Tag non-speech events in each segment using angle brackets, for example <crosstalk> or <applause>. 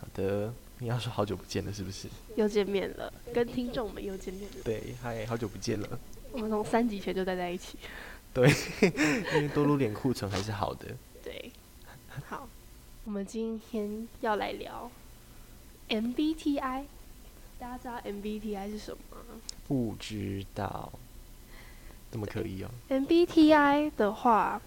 好的，你要说好久不见了是不是？又见面了，跟听众们又见面了。对，嗨，好久不见了。我们从三级前就待在一起。因为多撸点库存还是好的。对，好，我们今天要来聊 MBTI。大家知道 MBTI 是什么吗不知道，怎么可以哦？ ？MBTI 的话，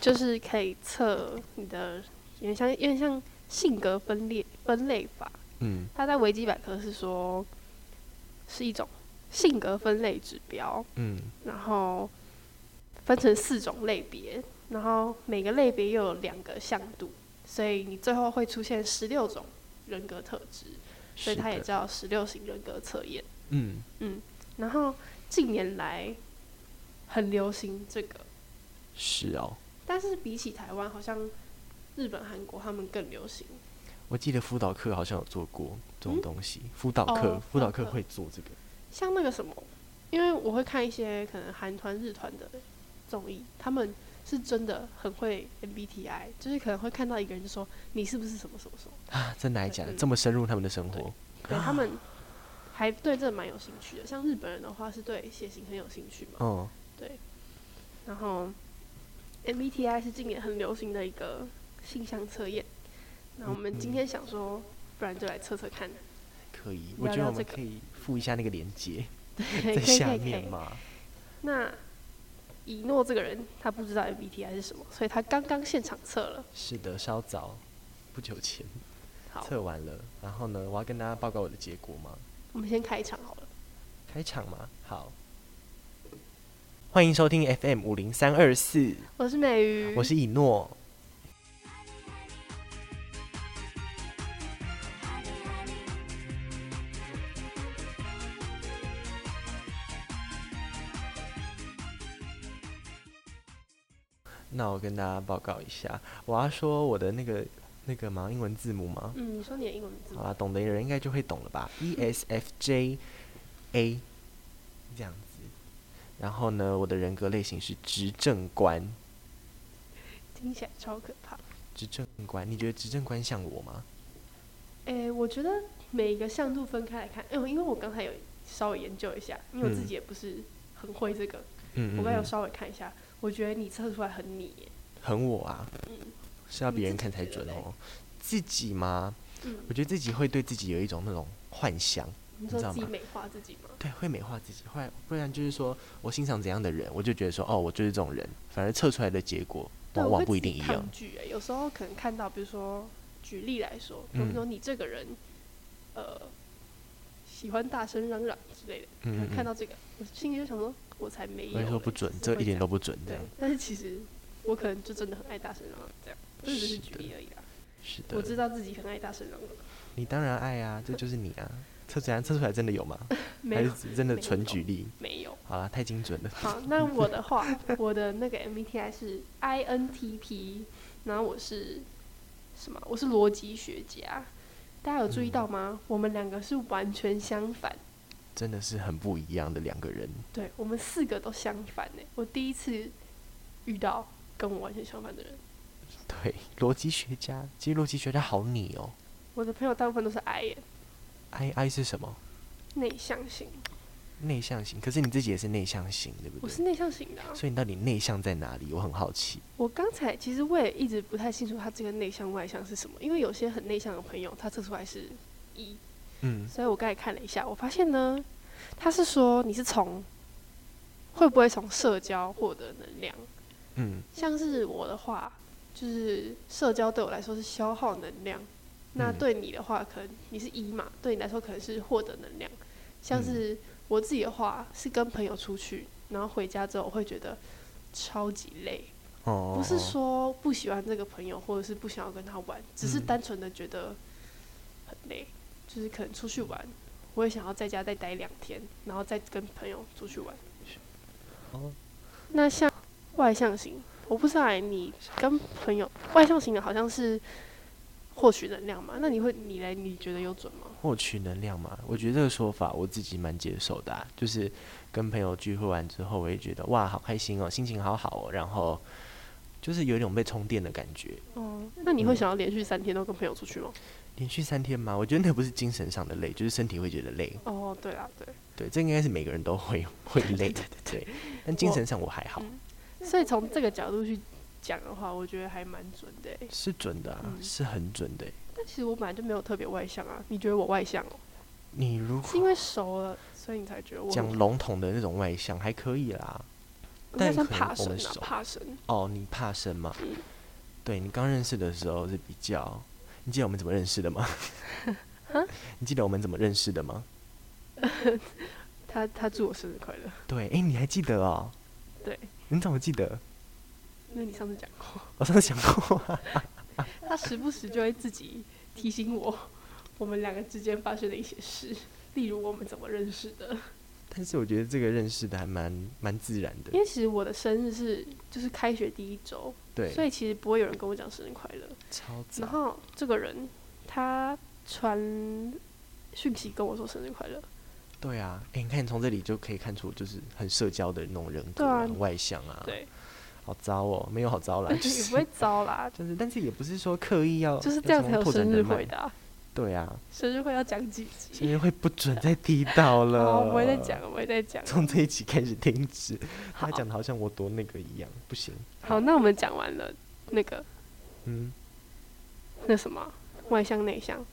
就是可以测你的，有点像，有点像性格分裂分类法。嗯，它在维基百科是说是一种性格分类指标。嗯，然后分成四种类别，然后每个类别又有两个向度，所以你最后会出现十六种人格特质，所是以它也的叫十六型人格测验。嗯，然后近年来很流行这个，是哦。但是比起台湾，好像日本、韩国他们更流行。我记得辅导课好像有做过这种嗯东西，辅导哦课，辅辅导导课课会做这个。像那个什么，因为我会看一些可能韩团、日团的综艺，他们是真的很会 MBTI，就是可能会看到一个人就说你是不是什么什么什么，啊，真的还假的？嗯这么深入他们的生活？对他们啊还对这蛮有兴趣的。像日本人的话是对血型很有兴趣嘛，哦，然后 MBTI 是近年很流行的一个性向测验。那我们今嗯天想说，不然就来测测看，可以。聊我觉得聊我们这个可以附一下那个连接可 <laughs> 在以可以下可以可面以。嘛。那以诺这个人他不知道 MBTI 是什么，所以他刚刚现场测了。是的，稍早，不久前好，测完了。然后呢，我要跟大家报告我的结果吗？我们先开场好了。开场嘛，好。欢迎收听 FM 五零三二四，我是美鱼，我是以诺。那我跟大家报告一下，我要说我的那个那个嘛英文字母吗？嗯，你说你的英文名字好啦，懂的人应该就会懂了吧？E S F J A 这样子。然后呢，我的人格类型是执政官。听起来超可怕。执政官，你觉得执政官像我吗？诶、我觉得每一个向度分开来看，因为因为我刚才有稍微研究一下，因为我自嗯己也不是很会这个，嗯我刚才有稍微看一下，我觉得你测出来很你耶，很我啊，嗯是要你别人自己看才觉得准嘞哦。自己吗？嗯，我觉得自己会对自己有一种那种幻想，你知说道自己吗美化自己吗？对，会美化自己。会，不然就是说我欣赏怎样的人，我就觉得说哦，我就是这种人。反而测出来的结果对，往我往会不一自己定一样抗。拒耶。有时候可能看到，比如说举例来说，比如嗯说你这个人，呃，喜欢大声嚷嚷之类的，可嗯能看嗯嗯，到这个，我心里就想说，我才没有我嘞。会说不准，就是这会一点样都不准，这对样。，但是其实我可能就真的很爱大声嚷嚷，这样，这只是是举的例而已啦。是的。我知道自己很爱大声嚷嚷，你当然爱啊，这就是你啊。测出来，测出来真的有吗？没还有是只真的没纯有举例？没有。好啦，太精准了。好，那我的话，我的那个 MBTI 是 INTP，然后我是什么？我是逻辑学家。大家有注意到嗯吗？我们两个是完全相反，真的是很不一样的两个人。对我们四个都相反呢、我第一次遇到跟我完全相反的人。对，逻辑学家，其实逻辑学家好你哦。我的朋友大部分都是 I 耶 I I 是什么？内向型，内向型，可是你自己也是内向型，对不我对？是内向型的、啊。所以你到底内向在哪里？我很好奇。我刚才其实我也一直不太清楚他这个内向外向是什么，因为有些很内向的朋友，他测出来是一，嗯，所以我刚才看了一下，我发现呢，他是说你是从会不会从社交获得能量，嗯，像是我的话，就是社交对我来说是消耗能量，那嗯对你的话，可能你是一嘛，对你来说可能是获得能量。像嗯是我自己的话，是跟朋友出去，然后回家之后我会觉得超级累，哦，不是哦说不喜欢这个朋友，或者是不想要跟他玩，只是嗯单纯的觉得很累，就是可能出去玩，我也想要在家再待两天，然后再跟朋友出去玩。哦那像外向型，我不知道哎，你跟朋友外向型的好像是获取能量嘛？那你会你来，你觉得有准吗？获取能量嘛，我觉得这个说法我自己蛮接受的、啊，就是跟朋友聚会完之后，我也觉得哇，好开心哦，心情好好哦，然后就是有一种被充电的感觉。嗯哦，那你会想要连续三天都跟朋友出去吗？连续三天吗？我觉得那不是精神上的累，就是身体会觉得累。哦，对啦，对，对，这应该是每个人都 <laughs> 会会累的。对，但精神上我还好，嗯所以从这个角度去讲的话，我觉得还蛮准的欸。是准的、啊，嗯是很准的欸。但其实我本来就没有特别外向啊，你觉得我外向哦？你如是因果为熟了，所以你才觉得我讲很笼统的那种外向还可以啦。应该但算可能怕我生们啊熟，怕生。哦，你怕生嘛？嗯对你刚认识的时候是比较，你记得我们怎么认识的 <laughs> 吗？啊你记得我们怎么认识的吗？他他祝我生日快乐，对，诶，你还记得哦？对，你怎么记得？因为你上次讲过，我上次想过啊、他时不时就会自己提醒我我们两个之间发生的一些事，例如我们怎么认识的。但是我觉得这个认识的还蛮蛮自然的因。为其实我的生日是就是开学第一周，对，啊所以其实不会有人跟我讲生日快乐。超然早。后这个人他传讯息跟我说生日快乐，对啊，诶，你看你从这里就可以看出，就是很社交的那种人格、对啊很外向啊。，对，好糟哦，没有好 <laughs> 糟啦，就也是不会糟啦， <laughs> 就是，但是也不是说刻意哦要就是这要样什才么有拓展生日人脉会的啊、对啊，生日会要讲几生集？日会不准再提到 <laughs> 了。好，我不会再讲，了，我不会再讲了。从这一集开始停止，他好讲的好像我多那个一样，不行。好，那我们讲完了那个嗯，那什么外向内向，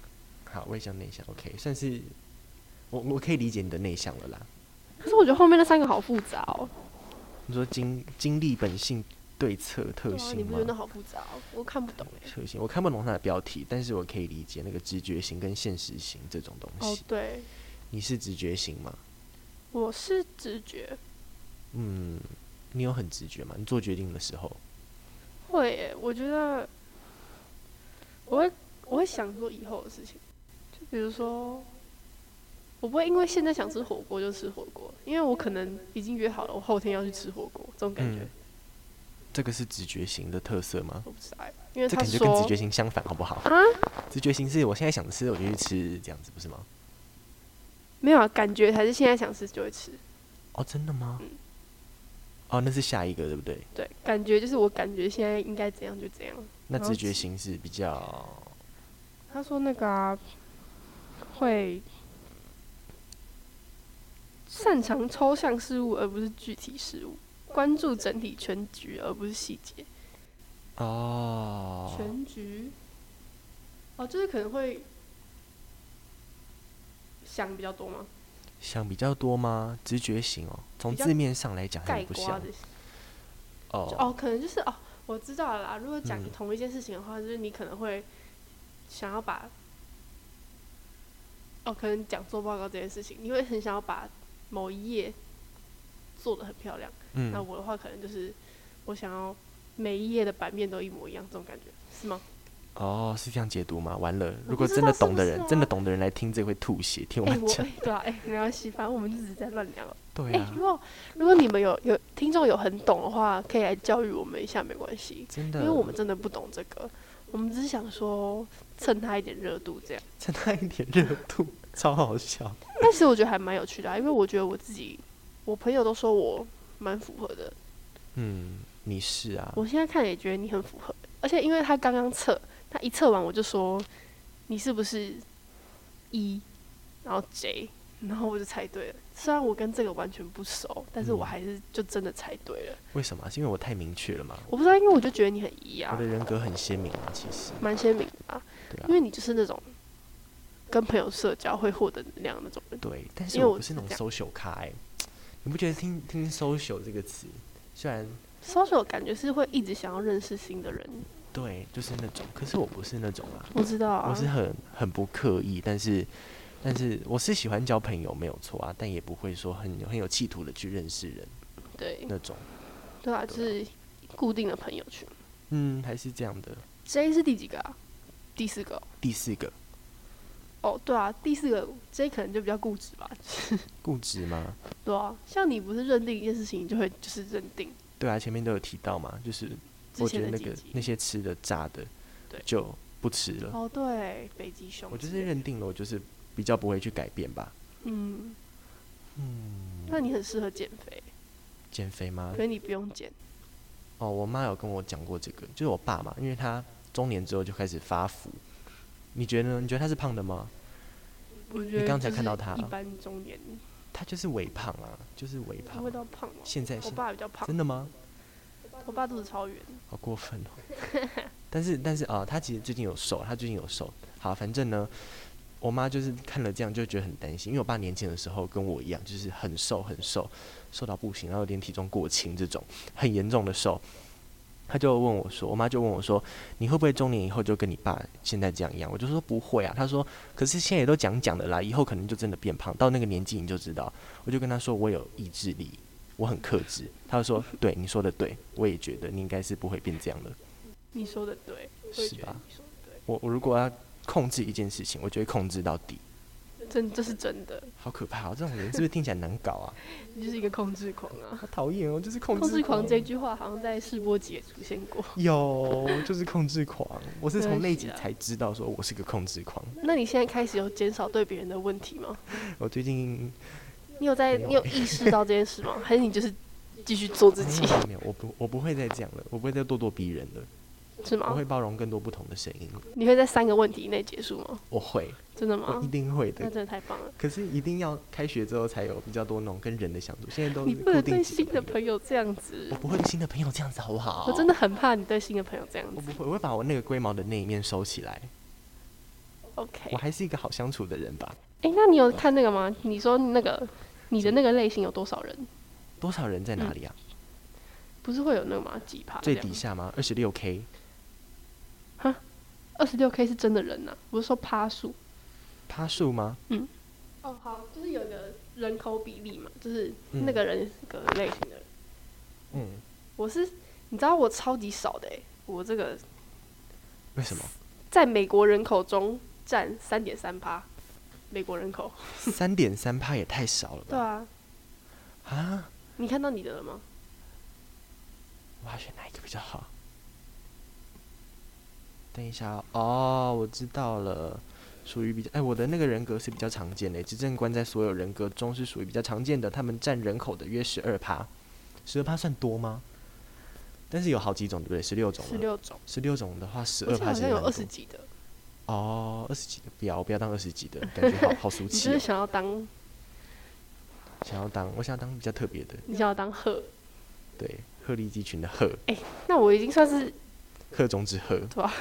好，外向内向，OK，算是我我可以理解你的内向了啦。可是我觉得后面那三个好复杂哦。你说经经历本性对策特对啊，你性不吗觉得？那好复杂哦？我看不懂哎。特性我看不懂它的标题，但是我可以理解那个直觉型跟现实型这种东哦西。，对，你是直觉型吗？我是直觉，嗯，你有很直觉吗？你做决定的时候，会耶，我觉得我会我会想说以后的事情，就比如说，我不会因为现在想吃火锅就吃火锅，因为我可能已经约好了，我后天要去吃火锅，这种感觉、嗯这个是直觉型的特色吗？我不知道耶，因为这他感觉跟直说觉型相反，好不好？啊直觉型是我现在想吃，我就去吃，这样子不是吗？没有啊，感觉还是现在想吃就会吃，哦，真的嗯吗？哦，那是下一个，对不对？对，感觉就是我感觉现在应该怎样就怎样。那然后直觉直型是比较他说那个啊，会擅长抽象事物而不是具体事物，关注整体全局而不是细节。哦，全局，哦，就是可能会想比较多吗？想比较多吗？直觉型哦，从比较字面上来讲，概很不括像的就哦。哦，可能就是哦，我知道了啦。如果讲嗯同一件事情的话，就是你可能会想要把哦，可能讲做报告这件事情，你会很想要把某一页做的很漂亮。那嗯，我的话，可能就是我想要每一页的版面都一模一样，这种感觉是吗？哦，是这样解读吗？完了，不如果知真的道是懂不的是人，啊真的懂的人来听这会吐血，听我哎、们我讲。哎、对啊，哎、没关系，反正我们就只是在乱聊。对哎、啊如，果如果你们有有听众有很懂的话，可以来教育我们一下，没关系。真的，因为我 <laughs> 们真的不懂这个，我们只是想说蹭他一点热度这样。趁他一点热度，超好笑。但是我觉得还蛮有趣的、啊，因为我觉得我自己，我朋友都说我蛮符合的，嗯，你是啊，我现在看也觉得你很符合。而且因为他刚刚测，他一测完我就说你是不是一，然后 J，然后我就猜对了。虽然我跟这个完全不熟，但是我嗯还是就真的猜对了。为什么啊？是因为我太明确了吗？我不知道，因为我就觉得你很一我啊的，人格很鲜明啊，其实。蛮鲜明的、啊，对啊因为你就是那种跟朋友社交会获得能量的那种人。对，但因是为我我不是是那种这样 social 咖哎、你不觉得听听 social 这个词，虽然 social 感觉是会一直想要认识新的人，嗯对，就是那种，可是我不是那种啊，我知道啊，我是很很不刻意，但是但是我是喜欢交朋友没有错啊，但也不会说很有很有企图的去认识人对那种，对啊，就是固定的朋友圈。嗯，还是这样的。 J 是第几个啊？第四个哦第四个哦，对啊，第四个 J 可能就比较固执吧，固执吗？对啊，像你不是认定一件事情，你就会就是认定对啊，前面都有提到嘛，就是之我觉前得的那几个集。那些吃的炸的对就不吃了，哦，对，北极熊我就之是类的，认定了，我就是比较不会去改变吧。嗯，嗯，那你很适合减肥，减肥吗可？是你不用减，哦，我妈有跟我讲过这个，就是我爸嘛，因为他中年之后就开始发福，你觉得呢？你觉得他是胖的吗？我觉得刚才就是看到他一般中年，他就是微胖啊，就是微他胖会。到胖吗？现在我是爸比较胖，真的吗？我爸肚子超圆，好过分哦！ <laughs> 但是但是啊、他其实最近有瘦，他最近有瘦。好，反正呢，我妈就是看了这样就觉得很担心，因为我爸年轻的时候跟我一样，就是很瘦很瘦，瘦到不行，然后有点体重过轻这种很严重的瘦。他就问我说，我妈就问我说，你会不会中年以后就跟你爸现在这样一样？我就说不会啊。她说，可是现在也都讲讲的啦，以后可能就真的变胖，到那个年纪你就知道。我就跟她说，我有意志力，我很克制。她就 <laughs> 说，对，你说的对，我也觉得你应该是不会变这样的。你说的对，我也是觉得吧你说的我我如果要控制一件事情，我就会控制到底。对，真这是真的，好可怕、哦！这种人是不是听起来难搞 <laughs> 啊？你就是一个控制狂啊！好讨厌哦，就是控控制狂狂这句话好像在试播集也出现 <laughs> 过。有，就是控制 <laughs> 狂。我是从那集对是啊才知道说我是个控制狂。那你现在开始有减少对别人的问题吗？我最近你有在没有你有意识到这件事 <laughs> 吗？还是你就是继续做自没己有没有没有，我不我不会再这样了，我不会再咄咄逼人了，是我吗会？包容更多不同的声音，你会在三个问题以内结束吗？我会，真的我吗一？定会哦那的。真的太棒了！可是一定要开学之后才有比较多那种跟人的相处，现在都你是不固能定对几新个的朋友。朋友这样子我，不会对新的朋友这样子，好不好？我真的很怕你对新的朋友这样我子不。会，我会把我那个龟毛的那一面收起来。 OK，我还是一个好相处的人吧。哎、那你有看那个吗？你说那个你的那个类型有多少人？多少人在哪里嗯啊？不是会有那个吗？几趴？最底下吗？二十六 K 二十六 K 是真的人呐、啊不是说趴数。趴数吗？哦，好，就是有个人口比例嘛，就是嗯那个人格类型的人。嗯，我是你知道我超级少的、欸，我这个为什么？在美国人口中占三点三趴，美国人口。三点三趴也太少了对吧？啊，啊你看到你的了吗？我要选哪一个比较好？等一下哦哦，我知道了，属于比较哎，我的那个人格是比较常见的，执政官在所有人格中是属于比较常见的，他们占人口的约十二趴，十二趴算多吗？但是有好几种，对不对？十六种十了，六种，十六种的话，十我二记得趴好其像实有蛮二多十几的。哦，二十几的不要，我不要当二十几的，感觉 <laughs> 好好俗你气、就是哦。想要当想要当，我想要当比较特别的，你想要当鹤？对，鹤立鸡群的鹤，那我已经算是鹤中之鹤。对啊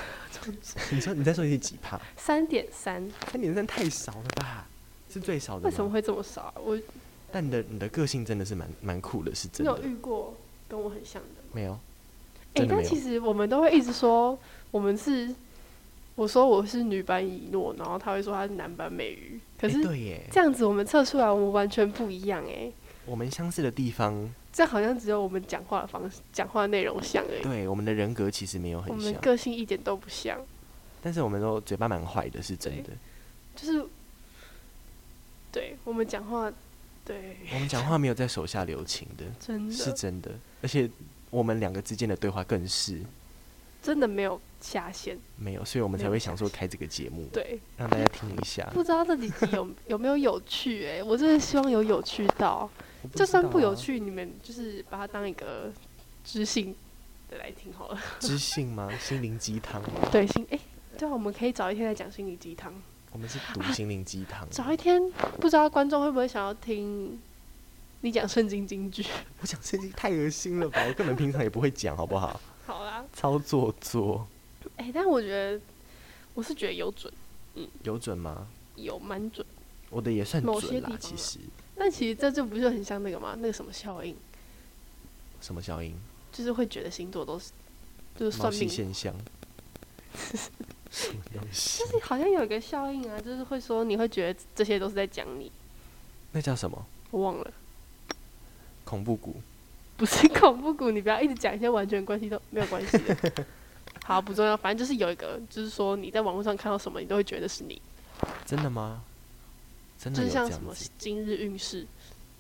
<laughs> 你说你再说一些几趴？三点三，三点三太少了吧？是最少的为什么吗？会这么少啊、我但你的你的个性真的是蛮蛮酷的，是真你有的。遇过跟我很像的吗？没有，哎、真的没但有其。实我们都会一直说我们是，我说我是女版以诺，然后他会说他是男版美鱼，可诶是对耶，这样子我们测出来我们完全不一样哎、我们相似的地方，这样好像只有我们讲话的方式、讲话内容像而已，对我们的人格其实没有我很们像，个性一点都不像，但是我们都嘴巴蛮坏的，是真的。就是对我们讲话，对，我们讲话没有在手下留情的，真的是真的。而且我们两个之间的对话更是真的没有下限，没有，所以我们没才有会下想说限开这个节目，对，让大家听一下。不知道这几集有有没有有趣哎、我真的希望有有趣到，我不就知算道不有啊，趣，你们就是把它当一个知性的来听好了。知性吗？心灵鸡汤吗？对，心哎、对啊，我们可以找一天来讲心理鸡汤。我们是读心灵鸡汤。 <laughs> 找一天，不知道观众会不会想要听你讲圣经金句？我讲这些太恶心了吧！我根本平常也不会讲，好不好？ <laughs> 好啦，超做作，哎、但我觉得我是觉得有准，有准吗？有蛮准，我的也算某些准啦，地方啊其啦实。但其实这就不是很像那个嘛，那个什么效应，什么效应？就是会觉得星座都是就是毛算细命现象。什么东西？就是好像有一个效应啊，就是会说你会觉得这些都是在讲你，那叫什么？我忘了，恐怖谷？不是恐怖谷，你不要一直讲一些完全关系都没有关系的。 <laughs> 好，不重要，反正就是有一个，就是说你在网络上看到什么，你都会觉得是你，真的吗？真就的是有这像什样么子？今日运势，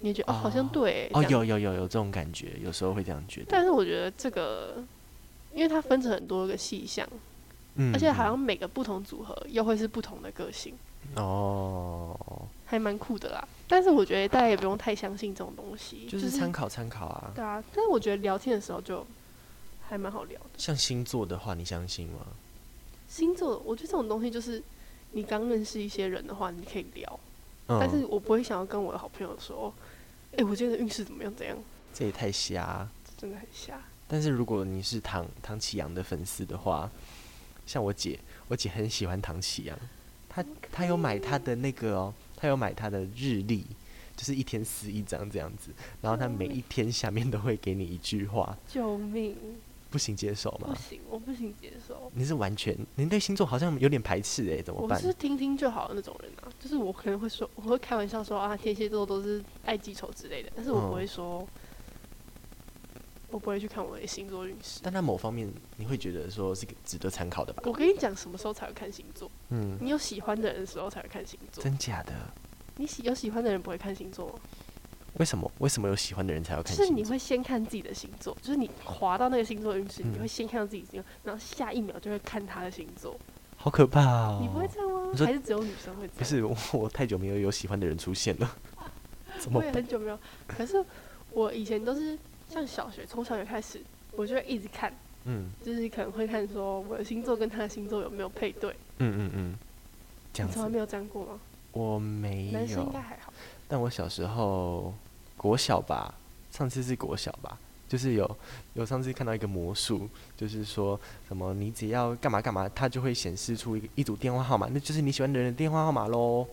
你也觉得哦，哦好像对、欸，哦，这样有有有有这种感觉，有时候会这样觉但得。是我觉得这个，因为它分成很多个细项，嗯而且嗯好像每个不同组合又会是不同的个性，哦，还蛮酷的啦。但是我觉得大家也不用太相信这种东西，就就是是参考参考啊。对啊。但是我觉得聊天的时候就还蛮好聊的。像星座的话，你相信吗？星座，我觉得这种东西就是你刚认识一些人的话，你可以聊，嗯，但是我不会想要跟我的好朋友说，哎、我今天的运势怎么样？怎样？这也太瞎。真的很瞎。但是如果你是唐唐启阳的粉丝的话，像我姐，我姐很喜欢唐启阳，她她有买她的那个哦，她有买她的日历，就是一天撕一张这样子，然后她每一天下面都会给你一句话，救命！不行接受不吗？行，我不行接受。你是完全，你对星座好像有点排斥诶，怎么我办？是听听就好的那种人啊，就是我可能会说，我会开玩笑说啊，天蝎座都是爱记仇之类的，但是我嗯不会说，我不会去看我的星座运势。但她某方面你会觉得说是个值得参考的吧？我跟你讲，什么时候才会看星座？嗯，你有喜欢的人的时候才会看星座。真假的？你喜有喜欢的人不会看星座吗？为什么？为什么有喜欢的人才要就看是星你座？会先看自己的星座，就是你滑到那个星座运势，嗯你会先看到自己的星座，然后下一秒就会看他的星座。好可怕哦！你不会这样吗你？说还是只有女生会这样？不是我，我太久没有有喜欢的人出现了，怎么我也很久没有。可是我以前都是像小学，从小学开始，我就会一直看，嗯就是可能会看说我的星座跟他的星座有没有配对。嗯嗯嗯，这你样从来子没有这样过吗？我没男生应有该，还好。但我小时候国小吧，上次是国小吧，就是有有上次看到一个魔术，就是说什么你只要干嘛干嘛，它就会显示出一个一组电话号码，那就是你喜欢的人的电话号码喽。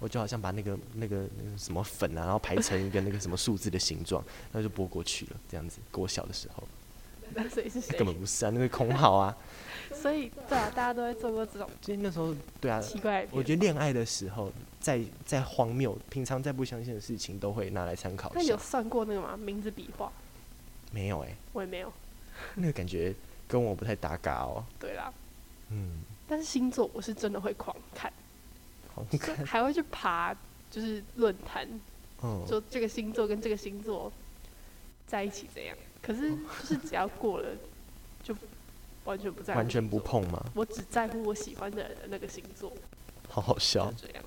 我就好像把那个那个那个什么粉啊，然后排成一个那个什么数字的形状，然后就拨过去了，这样子。国小的时候那所以是谁根？本不是啊，那个空号啊，所以对啊，大家都会做过这种就是那时候对啊，奇怪的我片。觉得恋爱的时候，再再荒谬，平常再不相信的事情，都会拿来参考那一你有下。算过那个吗？名字笔画？没有哎、我也没有。那个感觉跟我不太搭嘎哦。对啦，嗯，但是星座我是真的会狂看， <laughs> 好就看，还会去爬，就是论坛，嗯，就这个星座跟这个星座在一起怎样？可哦是就是只要过了，就完全不在乎。完全不。碰吗？我只在乎我喜欢的人的那个星座，好好笑就。这样。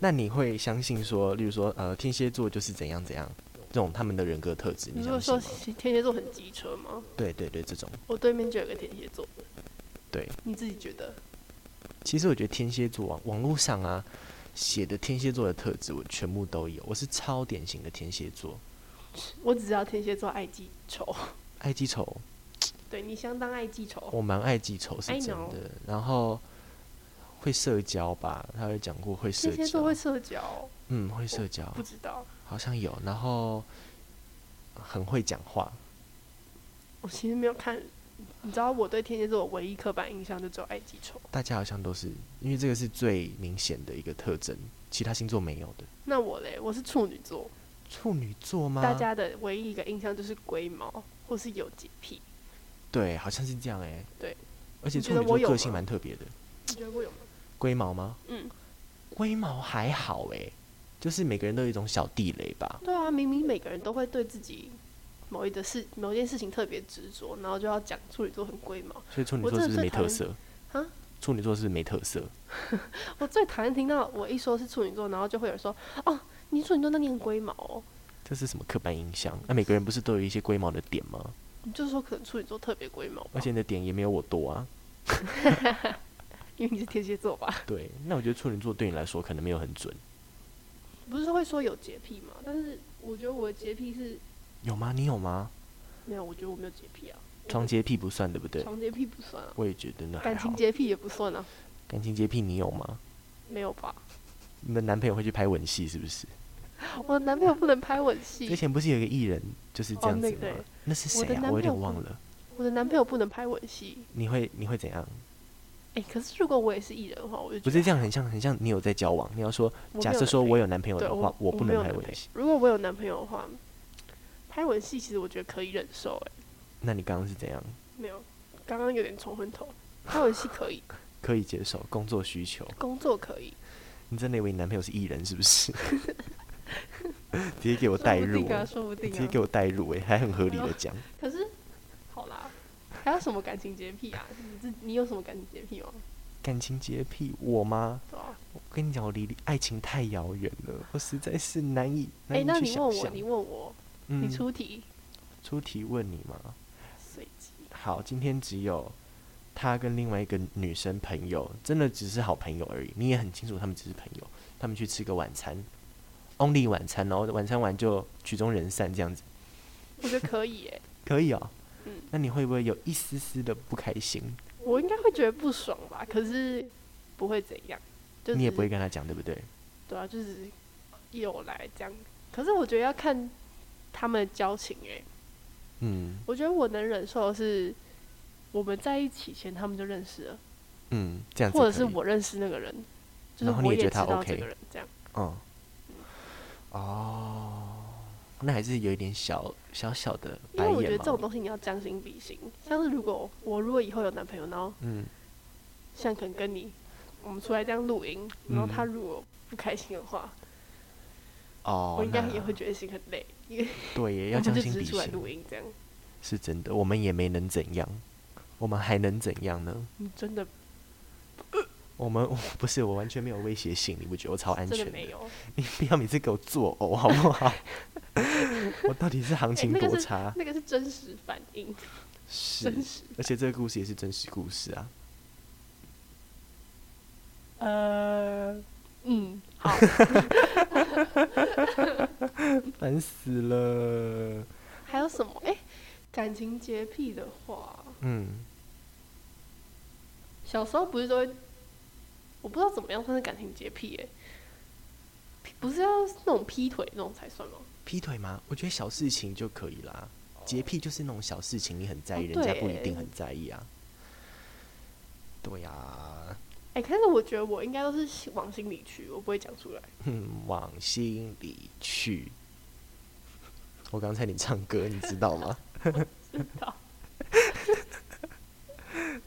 那你会相信说，例如说，呃，天蝎座就是怎样怎样这种他们的人格特质，你你如果相说信吗？天蝎座很机车吗？对对对，这种。我对面就有个天蝎座，对，你自己觉得？其实我觉得天蝎座网网络上啊写的天蝎座的特质，我全部都有。我是超典型的天蝎座，我只知道天蝎座爱记仇， <laughs> 爱记仇，对你相当爱记仇。我蛮爱记仇是 I 真 know 的，然后会社交吧，他有讲过会社天蝎交座，会社交，嗯，会社交不，知道。好像有，然后很会讲话，我其实没有看，你知道我对天蝎座唯一刻板印象就只有爱记仇。大家好像都是因为这个是最明显的一个特征，其他星座没有的。那我嘞，我是处女座，处女座吗？大家的唯一一个印象就是龟毛或是有洁癖。对，好像是这样哎、对，而且你觉处得女座我有个性吗蛮特别的，你觉得我有吗？龟毛吗？嗯，龟毛还好哎、就是每个人都有一种小地雷吧。对啊，明明每个人都会对自己某一的事、某一件事情特别执着，然后就要讲处女座很龟毛。所以处女我座真是不是的最没讨特厌色？啊处女座是不是没特色？我最讨厌听到我一说是处女座，然后就会有人说：“哦，你处女座，那你很龟毛哦。这是什么刻板印象？那、每个人不是都有一些龟毛的点吗？”你就说可能处女座特别龟毛吧，而且你的点也没有我多啊。因为你是天蝎座 <laughs> 吧？对，那我觉得处女座对你来说可能没有很准，不是会说有洁癖吗？但是我觉得我的洁癖是有吗？你有吗？没有，我觉得我没有洁癖啊。床洁癖不算，对不对？床洁癖不算啊，我也觉得那还感好情。洁癖也不算啊，感情洁癖你有吗？没有吧？你的男朋友会去拍吻戏是不是？我的男朋友不能拍吻之戏，前不是有一个艺人就是这哦样子那吗？对那是我谁的啊？男我有朋友点忘不了。我的男朋友不能拍吻戏。你会你会怎样？哎、可是如果我也是艺人的话，我就觉不得是这样，很像很像你有在交往。你要说，我没假有设男说朋我友有男朋友对的话我，我不没有能拍男吻朋友戏。如果我有男朋友的话，拍吻戏其实我觉得可以忍受、哎，那你刚刚是怎样？没有，刚刚有点冲昏头。拍吻戏可以，可以接受工作需求。工作可以，你真的以为你男朋友是艺人是不是？ <laughs> 直接给我说带不入哦、定啊，说不直定接啊哦给。我带入哎、还很合理的讲，可是，好啦，还有什么感情洁癖啊？你自你有什么感情洁癖吗？感情洁癖我吗？对啊。我跟你讲，我离爱情太遥远了，我实在是难以难哎、以那去你想问我，象。你问我，嗯你出题，出题问你吗？随机。好，今天只有他跟另外一个女生朋友真的只是好朋友而已，你也很清楚他们只是朋友，他们去吃个晚餐，only 晚餐，然后晚餐完就曲终人散这样子，我觉得可以哎诶、可以哦。嗯那你会不会有一丝丝的不开心？我应该会觉得不爽吧，可是不会怎样，就你也只不会跟他讲，对不对？对啊，就是有来这样。可是我觉得要看他们的交情诶、欸嗯我觉得我能忍受的是我们在一起前他们就认识了，嗯，这样子或者可是以我认识那个人，就是然后你我也觉得知他道 OK 这个人这样。嗯，哦，那还是有一点小小小的因白为我觉眼得这种嘛。东西你要将心比心，像是如果我如果以后有男朋友，然后嗯，像可能跟你我们出来这样露营，然后嗯他如果不开心的话，哦，我应该那也会觉得心很累，因为对 <laughs> 耶，我要们将就心只比是出来心，露营这样，是真的。我们也没能怎样，我们还能怎样呢？嗯真的我们 <laughs> 不是我完全没有威胁性，你不觉得我超安真全的没有。你不要每次给我作呕好不好？ <laughs> 我到底是行情哎那个多是差？那个是真实反应，啊是真，实。而且这个故事也是真实故事啊。呃，嗯，好，烦死了。还有什么？哎、感情洁癖的话，嗯，小时候不是都会，我不知道怎么样算是感情洁癖哎、劈不是要那种劈腿那种才算吗？劈腿吗？我觉得小事情就可以啦。洁癖就是那种小事情，你很在意，哦人家对不一定耶很在意啊。对啊呀、哎、可是我觉得我应该都是往心里去，我不会讲出来。哼， <laughs> 往心里去。我刚才你唱歌，你知道吗？知 <laughs> 道？ <laughs>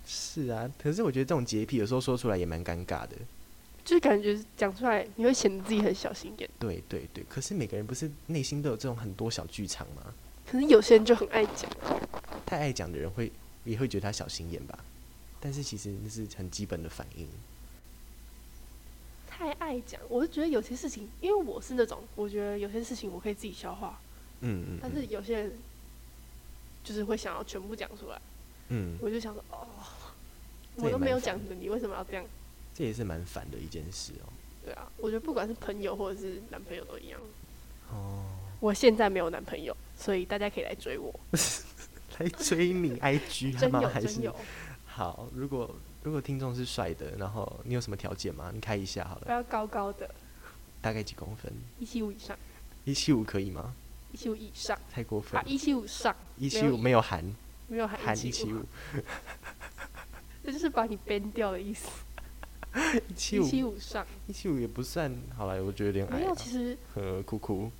是啊，可是我觉得这种洁癖有时候说出来也蛮尴尬的。就是感觉讲出来，你会显得自己很小心眼。对对对，可是每个人不是内心都有这种很多小剧场吗？可是有些人就很爱讲，太爱讲的人会也会觉得他小心眼吧，但是其实那是很基本的反应。太爱讲。我就觉得有些事情，因为我是那种，我觉得有些事情我可以自己消化，嗯嗯，但是有些人就是会想要全部讲出来。嗯，嗯我就想说，哦，这我也都没蛮有烦讲的，你为什么要这样？这也是蛮烦的一件事哦。对啊，我觉得不管是朋友或者是男朋友都一样。哦，我现在没有男朋友，所以大家可以来追我，来追你 <laughs> IG 他真吗？有还真是有，好？如果如果听众是帅的，然后你有什么条件吗？你开一下好不了，要高高的，大概几公分？一七五以上，一七五可以吗？一七五以上太过分啊，了，一七五上一七五没有含没有还含一一七七五，，这就是把你 ban 掉的意思。一七啊一七五五上一七五也不算好了，我觉得有点矮没啊有，其实和酷酷，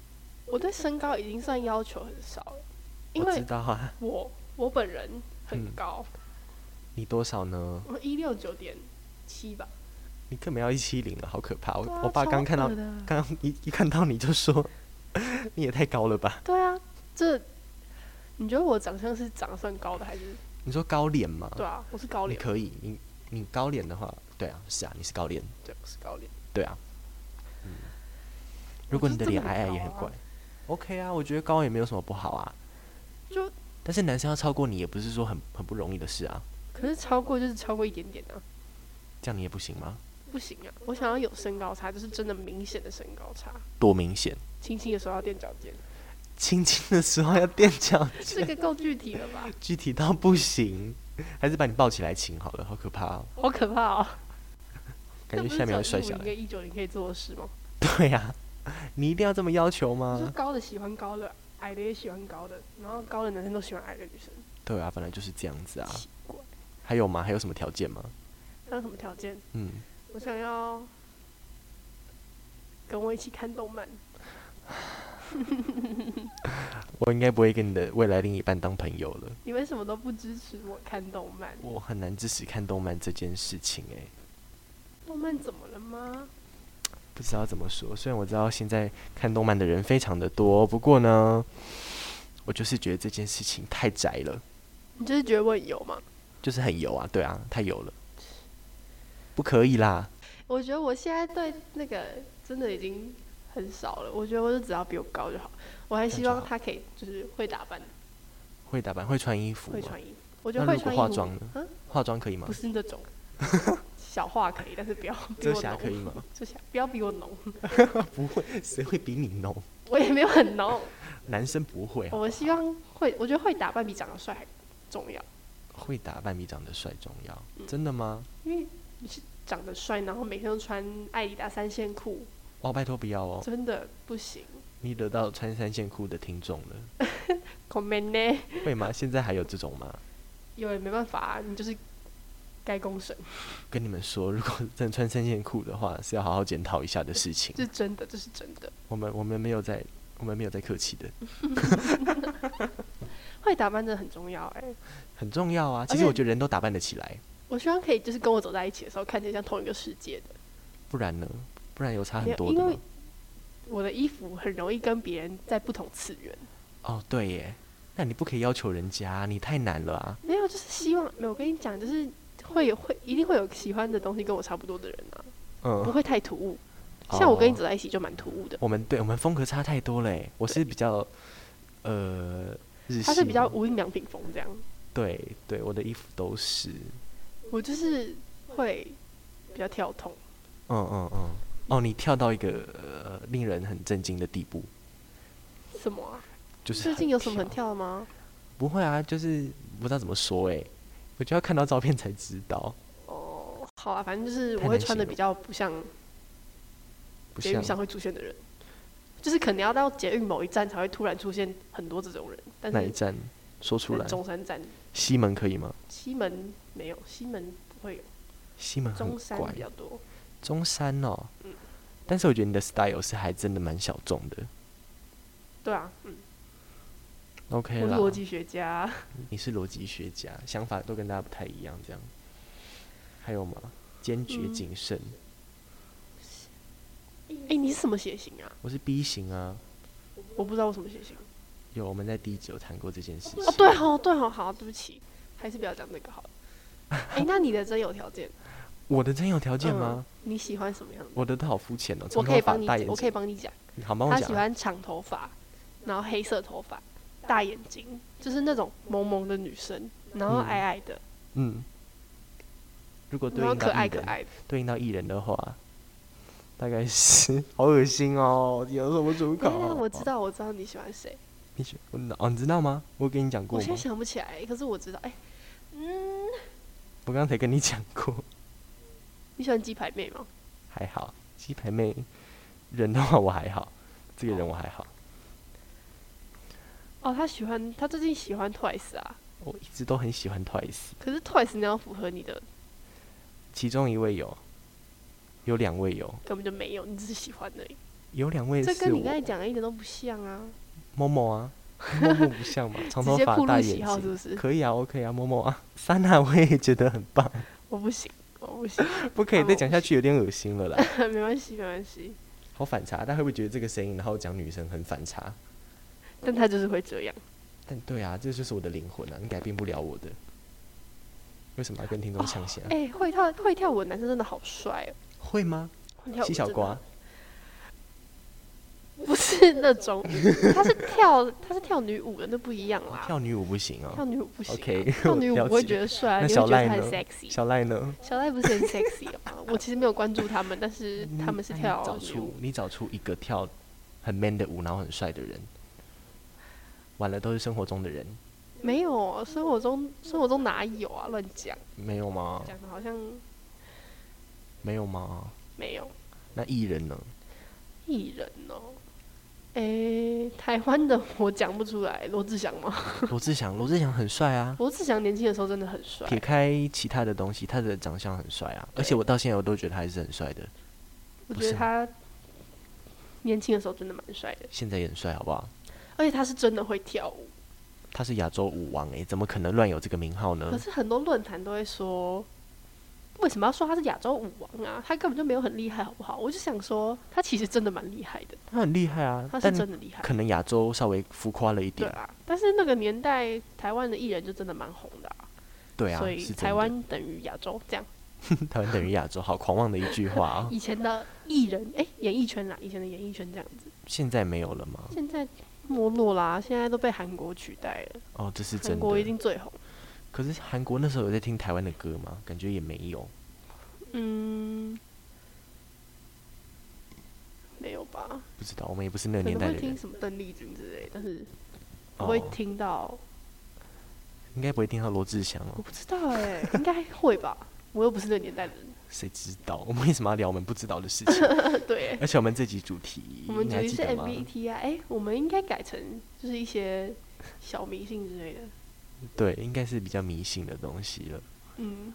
我对身高已经算要求很少了，因我知为道啊，我我本人嗯很高，你多少呢？我一六九点七吧。你根本要一七零了，好可怕！我、对啊我爸超刚看到恶，的刚一一看到你就说， <laughs> 你也太高了吧？对啊，这你觉得我长相是长得算高的还是？你说高脸吗？对啊，我是高啊你脸，可以，你你高脸的话，对啊，是啊，你是高脸，对，我是高脸。对啊。如果你的脸矮矮也很怪我就真的很高啊，OK 啊，我觉得高也没有什么不好啊。就但是男生要超过你也不是说很很不容易的事啊，可是超过就是超过一点点啊，这样你也不行吗？不行啊！我想要有身高差，就是真的明显的身高差，多明显，轻轻的时候要垫脚尖，亲亲的时候要垫脚 <laughs> 这尖，个够具体了 <laughs> 吧？具体到不行，还是把你抱起来亲好了，好可怕哦，好可怕哦！感觉下面会摔下 <laughs> 一来个。一九零可以做的事吗？对呀、你一定要这么要求你说吗？高的喜欢高的，矮的也喜欢高的，然后高的男生都喜欢矮的女生，对啊，本来就是这样子啊。奇怪。还有吗？还有什么条件吗？还有什么条件？嗯，我想要跟我一起看动漫。我应该不会跟你的未来另一半当朋友了。你为什么都不支持我看动漫？我很难支持看动漫这件事情欸诶、动漫怎么了吗？不知道怎么说。虽然我知道现在看动漫的人非常的多，不过呢，我就是觉得这件事情太宅了，你就是觉得我很油吗？就是很油啊，对啊，太油了，不可以啦。我觉得我现在对那个真的已经很少了。我觉得我就只要比我高就好。我还希那就望好他可以就是会打扮、会打扮，会穿衣服会吗穿衣服。我就那会如果穿化衣服妆，呢？啊化妆可以吗不？是那 <laughs> 种小话可以，但是不要比遮我瑕浓。可以吗？ <laughs> 啊遮瑕不要比我浓，不会，谁会比你浓？我也没有很浓。男生不会、啊，我希望会，我觉得会打扮比长得帅还重要，会打扮比长得帅重要。嗯真的吗？因为你是长得帅，然后每天都穿艾迪达三线裤，哇，拜托不要哦！真的不行。你得到穿三线裤的听众了，可能呢，会吗？现在还有这种吗？有也没办法、啊，你就是该公审，跟你们说，如果真的穿三线裤的话，是要好好检讨一下的事情这。是真的，这是真的。我们我们没有在，我们没有在客气的，嗯会打扮真的很重要哎、很重要啊。其而实且我觉得人都打扮得起来，我希望可以就是跟我走在一起的时候，看起来像同一个世界的。不然呢？不然有差没很有多的因为吗？我的衣服很容易跟别人在不同次元。哦，对耶，那你不可以要求人家啊，你太难了啊。没有，就是希望没有。我跟你讲，就是会有会一定会有喜欢的东西跟我差不多的人啊，不嗯，会太突兀。像我跟你哦走在一起就蛮突兀的，我们对我们风格差太多嘞。我是比较呃日系，他是比较无印良品风这样，对对，我的衣服都是，我就是会比较跳痛。嗯嗯嗯，哦，你跳到一个呃令人很震惊的地步，什么、啊？就是最近有什么很跳？跳的吗？不会啊，就是不知道怎么说哎，我就要看到照片才知道，哦，好啊，反正就是太我会难穿的形比较不像不捷运像上会出现的人，就是可能要到捷运某一站才会突然出现很多这种人，但哪一是站说出在来，中山站、西门可以吗？西门没有，西门不会有，西门很中山怪比，较嗯多。中山哦，但是我觉得你的 style 是还真的蛮小众的对啊，嗯， ，OK 我是啦，逻辑学家，你是逻辑学家，想法都跟大家不太一样，这样。还有吗？坚嗯决谨慎，哎、你是什么血型啊？我是 B 型啊，我不知道我什么血型。有我们在第一集有谈过这件事情。哦，对哦，对哦，好，对不起，还是不要讲这个好了。哎、那你的真有条件？我的真有条件吗？你喜欢什么样的？我的都好肤浅哦，嗯我长可头以发帮你大眼，我可睛以，帮你讲。好帮我他讲喜啊。欢长头发，然后黑色头发，大眼睛，就是那种萌萌的女生，然后嗯矮矮的，嗯，如果对然后应到可爱艺可人，爱的。对应到艺人的话，大概是 <laughs> 好恶心哦，有什么主考？哎，我知，道，我知道你喜欢谁，你喜我知道哦，你知道吗？我跟你讲过我吗现在？想不起来，可是我知道。哎、嗯，我刚才跟你讲过。 <laughs> 你喜欢鸡排妹吗？还好，鸡排妹人的话我还好，这个人我还好，哦，他喜欢，他最近喜欢 Twice 啊。我一直都很喜欢 Twice，可是 Twice 你要符合你的其中一位有，有两位有，根本就没有，你只是喜欢而已。有两位这是跟你刚才我讲的一点都不像啊！某某啊，某 <laughs> 某不像嘛，长直头接发暴大露喜眼好是睛，<laughs> 不是？可以啊，OK 啊，某某啊，三娜我也觉得很棒，我不行，我不行， <laughs> 不可以好再讲下去，有点恶心了啦，没关系，没关系。好反差，大家会不会觉得这个声音，然后讲女生很反差？但他就是会这样。但对啊，这就是我的灵魂啊，你改变不了我的。为什么要跟听众抢先？哎、会跳会跳舞的男生真的好帅哦！会吗？会跳舞西小真的瓜， <laughs> 不是那种，他是跳他是跳女舞的，那不一样啦。跳女舞不行哦、跳女舞不行啊、 OK， <laughs> 跳女舞我了不会解觉得帅啊，那你会小觉赖得他很呢 sexy。小赖呢？小赖不是很 sexy <laughs> 吗？我其实没有关注他们，但是他们是哎那你跳找女出舞。你找出一个跳很 man 的舞，然后很帅的人。完了，都是生活中的人，没有，生活中生活中哪有啊？乱讲，没有吗？讲的好像没有吗？没有。那艺人 <laughs> 呢？艺人哦，诶、台湾的我讲不出来，罗志祥吗？ <laughs> 罗志祥，罗志祥很帅啊。罗志祥年轻的时候真的很帅，撇开其他的东西，他的长相很帅啊，而且我到现在我都觉得他还是很帅的，我不觉得是他年轻的时候真的蛮帅的，现在也很帅，好不好？而且他是真的会跳舞。他是亚洲舞王诶、欸怎么可能乱有这个名号可呢？是很多论坛都会说，为什么要说他是亚洲舞王啊？他根本就没有很厉害，好不好？我就想说，他其实真的蛮厉害的，他很厉害啊他，是但真的厉害。可能亚洲稍微浮夸了一对点，啊，但是那个年代台湾的艺人就真的蛮红的、啊，对啊，所是以真台的湾等于亚洲这样。 <laughs> 台湾等于亚洲，好狂妄的一句话 <laughs> 啊！以前的艺人，哎、演艺圈啦，以前的演艺圈这样子，现在没有了吗？现在没落啦，现在都被韩国取代了，哦，这是真韩国一的。定最红。可是韩国那时候有在听台湾的歌吗？感觉也没有。嗯，没有吧？不知道，我们也不是那个可年代能会的听人，什么邓丽君之类，但是不哦会听到。应该不会听到罗志祥哦我。不知道哎、应该会吧？ <laughs> 我又不是那个年代的人。 <laughs> 谁知道？我们为什么要聊我们不知道的事情？对、而且我们这集主题，我们你主还题记是得吗？ MBTI，哎、我们应该改成就是一些小迷信之类的。对，应该是比较迷信的东西了。嗯，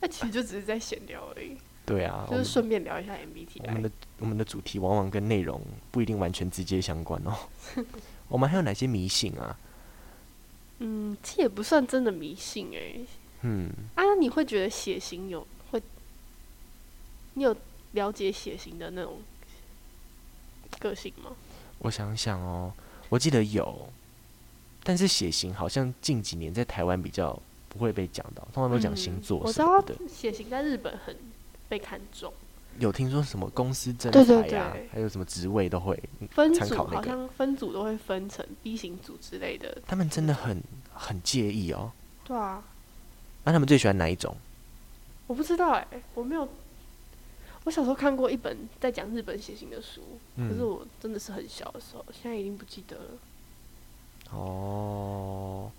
那其实就只是在闲聊而已，对啊，我就们是顺便聊一下我们 MBTI。的我们的主题往往跟内容不一定完全直接相关 <laughs> 哦。我们还有哪些迷信啊？嗯，这也不算真的迷信哎、嗯，啊，你会觉得血型有会，你有了解血型的那种个性吗？我想想哦，我记得有，但是血型好像近几年在台湾比较不会被讲到，通常都讲星嗯我座知什道么的。血型在日本很被看重，有听说什么公司征对对才啊，对还有什么职位都会，嗯分参组考那好个像分组都会分成 B 型组之类的。他们真的很很介意哦。对啊，那、他们最喜欢哪一种？我不知道哎、我没有。我小时候看过一本在讲日本血型的书，可是嗯，我真的是很小的时候，现在已经不记得了。哦。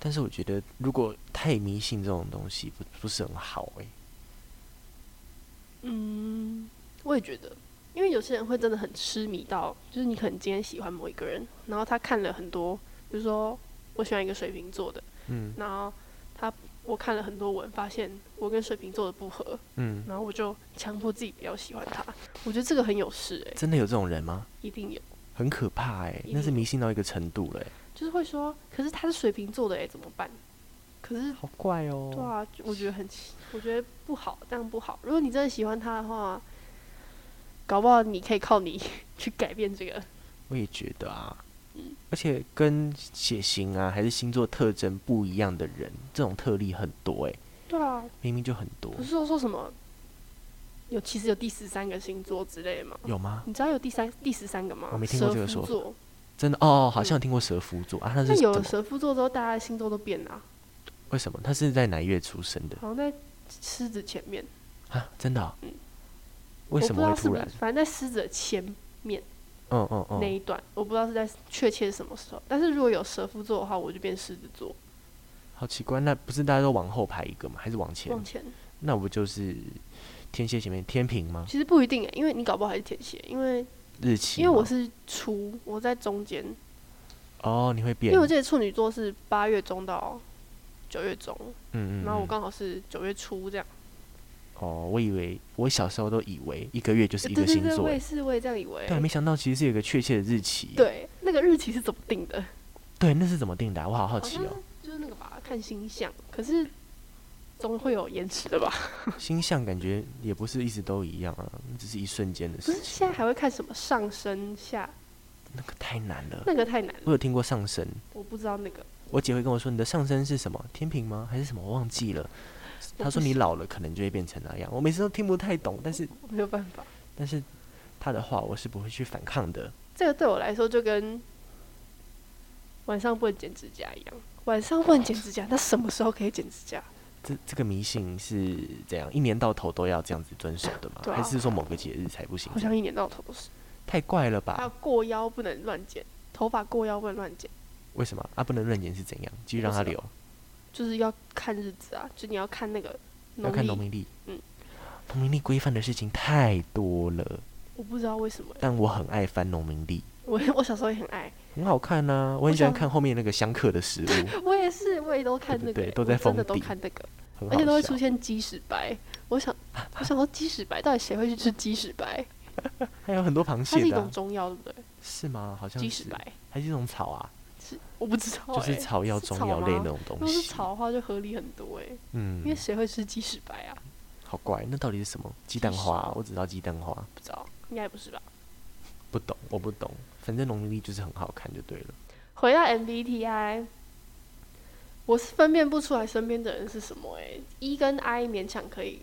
但是我觉得，如果太迷信这种东西不不是很好欸诶、嗯，我也觉得，因为有些人会真的很痴迷到，就是你可能今天喜欢某一个人，然后他看了很多，比如说我喜欢一个水瓶座的，嗯然后他我看了很多文，发现我跟水瓶座的不合，嗯，然后我就强迫自己不要喜欢他。我觉得这个很有事诶、真的有这种人吗？一定有，很可怕诶、一那是定迷信到一个程度了、欸，就是会说，可是他是水瓶座的诶、欸怎么办？可是好怪哦、对啊，就我觉得很奇，我觉得不好，这样不好。如果你真的喜欢他的话，搞不好你可以靠你 <laughs> 去改变这个。我也觉得啊，嗯而且跟血型啊还是星座特征不一样的人，这种特例很多诶、欸对啊，明明就很多不，是说说什么有其实有第十三个星座之类的吗？有吗？你知道有第三第十三个吗？我没听过这个蛇说法夫座，真的哦，好像有听过蛇夫座啊，那那是怎有么了？蛇夫座之后，大家的星座都变了啊、为什么？他是在哪一月出生的好像在狮子前面。啊？真的啊、嗯为什么我会不知道突是然不是，？反正在狮子的前嗯嗯那嗯，一段，我不知道是在确切是什么时候。但是如果有蛇夫座的话，我就变狮子座，好奇怪，那不是大家都往后排一个吗？还是往前往？前。那不就是天蝎前面天平吗？其实不一定诶，欸因为你搞不好还是填写，因为日期因为我吗是初，我在中间，哦，你会变，因为我记得处女座是八月中到九月中，嗯嗯，然后嗯我刚好是九月初这样。哦，我以为我小时候都以为一个月就是一对个对星对，座我欸也，是，我也这样以为。对，没想到其实是有一个确切的日期欸。对，那个日期是怎么定的？对，那是怎么定的啊、我好好好奇像哦。就是那个吧，看星象，可是总会有延迟的 <laughs> 吧？星象感觉也不是一直都一样啊，只是一瞬间的不事是，情。现在还会看什么上升下，那个太难了。那个太难了，我有听过上升，我不知道那个。我姐会跟我说你的上升是什么？天平吗？还是什么？我忘记了。我她说不你是老了可能就会变成那样。我每次都听不太懂，但是我没有办法，但是她的话我是不会去反抗的。这个对我来说就跟晚上不能剪指甲一样。晚上不能剪指甲，那什么时候可以剪指甲？这这个迷信是怎样？一年到头都要这样子遵守的吗？对啊还是说某个节日才不行好？像一年到头都是。太怪了还有吧？过腰不能乱剪，头发过腰不能乱剪，为什么啊？不能认眼是怎样？继续让它我不知留。就是要看日子啊，就你要看那个要看农农历。民历。嗯农民历规范的事情太多了，我不知道为什么欸， <laughs> 但我很爱翻农民历，我我小时候也很爱，很好看呐、我很喜欢想看后面那个相克的食物，我也是，我也都看那对对个欸，都我在真封的都底看那个，很而且都好会出笑。现鸡屎白。我想，我想说鸡屎白到底谁会去吃鸡屎 <laughs> 白？还有很多螃它是蟹一的啊、种中药，对不对？是吗？好像鸡屎是，白还是一种草啊，是我不知道就欸，是草药、是中草药类吗那种东如果是西。草的话就合理很多哎，因为嗯，谁会吃鸡屎白啊？好怪，那到底是什么？鸡鸡蛋屎花啊、我只知道鸡蛋花，不知道，应该不是吧？不懂，我不懂。反正农民历就是很好看就对了。回到 MBTI，我是分辨不出来身边的人是什么哎、欸、，E 跟 I 勉强可以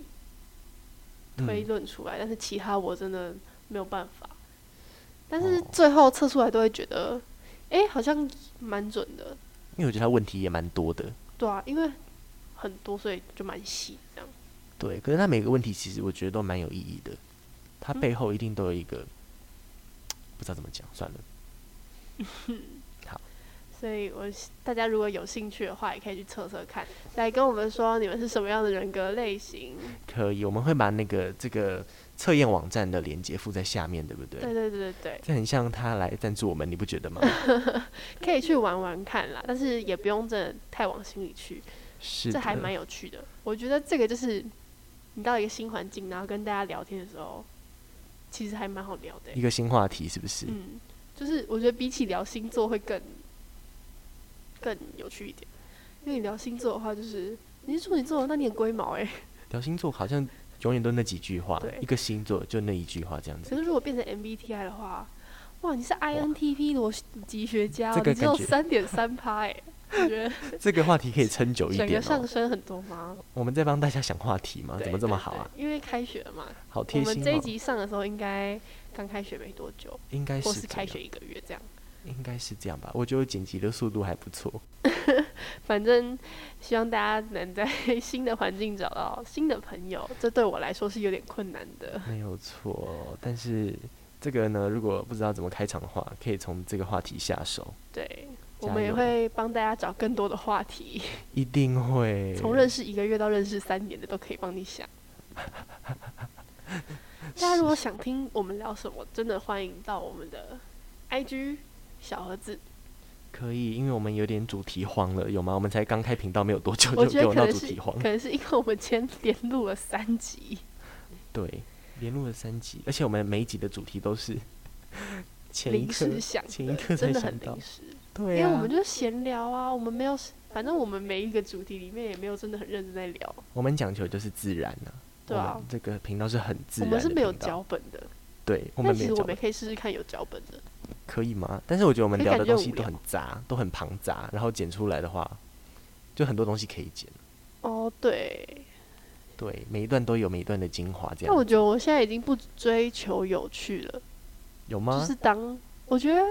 推嗯，论出来，但是其他我真的没有办法。但是哦最后测出来都会觉得，哎、好像蛮准的。因为我觉得他问题也蛮多的。对啊，因为很多，所以就蛮细这样。对，可是他每个问题其实我觉得都蛮有意义的，嗯他背后一定都有一个、不知道怎么讲，算了。所以我希大家如果有兴趣的话，也可以去测测看，来跟我们说你们是什么样的人格类型。可以，我们会把那个这个测验网站的链接附在下面，对不对？对对对对对，这很像他来赞助我们，你不觉 <laughs> 得吗？可以去玩玩看啦，但是也不用真的太往心里去，是的，这还蛮有趣的。我觉得这个就是你到一个新环境，然后跟大家聊天的时候，其实还蛮好聊的欸、一个新话题，是不是？嗯，就是我觉得比起聊星座会更更有趣一点，因为你聊星座的话，就是你是处女座，那你很龟毛哎、聊星座好像永远都那几句话对，一个星座就那一句话这样子 <laughs> 可。是如果变成 MBTI 的话，哇，你是 INTP 逻辑学家哦，这个你只有感觉三点三趴哎，我觉得这个话题可以撑久一整个点上哦。升很多吗？我们在帮大家想话题吗？对怎么这么好啊？？对对因为开学了嘛，好我贴们心这一哦！集上的时候应该刚开学没多久，应该或是是这开样学一个月这样。应该是这样吧。我觉得剪辑的速度还不错。反正希望大家能在 <laughs> 新的环境找到新的朋友，这对我来说是有点困难的。没有错，但是这个呢，如果不知道怎么开场的话，可以从这个话题下手，对，加我们也油会帮大家找更多的话题，一定会从认识一个月到认识三年的都可以帮你想。 <laughs> 大家如果想听我们聊什么，真的欢迎到我们的 IG 小盒子。可以，因为我们有点主题荒了，有吗？我们才刚开频道没有多久，我 <laughs> 就觉给得我可闹能主是题荒可，能是因为我们今天连录了三集，对，连录了三集，而且我们每一集的主题都是前一临刻时，想前一的，刻才真的想很到临，时。对因为我啊们，就是闲聊啊，我们没有，反正我们每一个主题里面也没有真的很认真在聊，我们讲求就是自然呐、对啊我们这个频道是很自我然，们是没有，脚本的。对，我但们其没实有我脚们本，可以试试看有脚本的，可以吗？但是我觉得我们可以聊感的觉东很西无都聊很杂，都很庞杂，然后剪出来的话，就很多东西可以剪。哦，对，对，每一段都有每一段的精华，这但我样觉得我现在已经不追求有趣了，有就吗？是当我觉得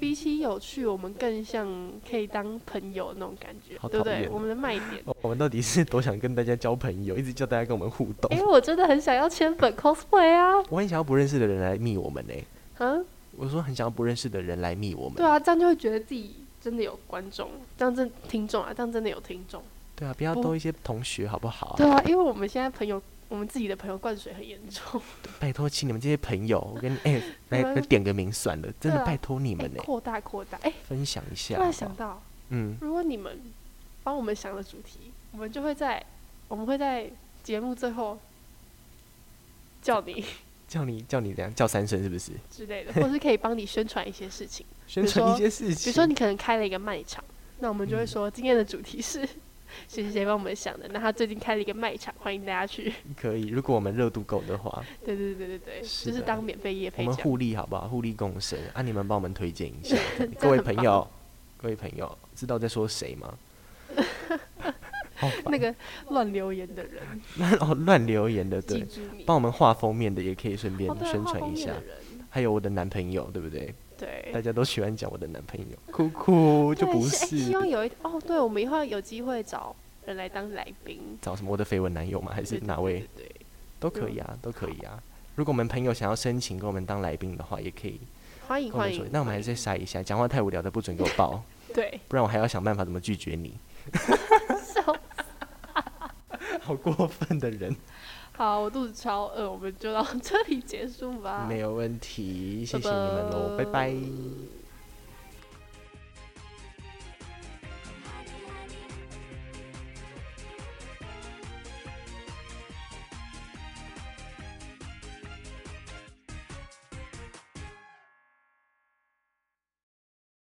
比起有趣，我们更像可以当朋友那种感觉好，对不讨对？厌我们的卖点。哦我们到底是多想跟大家交朋友，一直叫大家跟我们互动 <laughs> 因。为我真的很想要铅粉 cosplay 啊，我很想要不认识的人来密我们呢、啊，我说很想要不认识的人来密我们。对啊，这样就会觉得自己真的有观众，这样真听众啊，这样真的有听众。对啊，不要不都一些同学好不好啊、对啊，因为我们现在朋友，我们自己的朋友灌水很严 <laughs> 重，拜托，请你们这些朋友，我跟你哎、 <laughs> 来们来点个名算了，真对的啊拜托你哎们呢、扩大扩大，哎、分享一下突然好想不好到，嗯，如果你们帮我们想的主题，我们就会在我们会在节目最后叫你 <laughs> 叫你叫你怎样叫三声是不是？之类的，或是可以帮你宣传一些事情，宣比如传说一些事情。比如说你可能开了一个卖场，那我们就会嗯说说今天的主题是。谁谁谁帮我们想的？那他最近开了一个卖场，欢迎大家去。 <laughs> 可以，如果我们热度够的话，对对对对对，是就是的当免费业我配们奖。互利好不好？互利共生啊！你们帮我们推荐一 <laughs> 下，这样这各位样很朋友，各位朋友，知道在说谁吗？ <laughs> 好烦那个乱留言的人，乱哦乱留言的，记对，住你。帮我们画封面的也可以顺便哦，对啊，宣画传封一面下的。人，还有我的男朋友，对不对？对， <laughs> 大家都喜欢讲我的男朋 <laughs> 友，哭哭就对不哎希是望有一哦，对，我们以后有机会找人来当来宾，找什么我的绯闻男友吗？还对是对哪对位？对，对都可以啊，都可以啊。如果我们朋友想要申请跟我们当来宾的话，也可以欢迎跟我们欢说迎。。哦那我们还欢是再筛一下，讲话太无聊的不准给我 <laughs> 报，迎对，不然我还要想办法怎么拒绝你。笑好过分的人，好，我肚子超饿，我们就到这里结束吧。没有问题，谢谢你们喽，拜拜。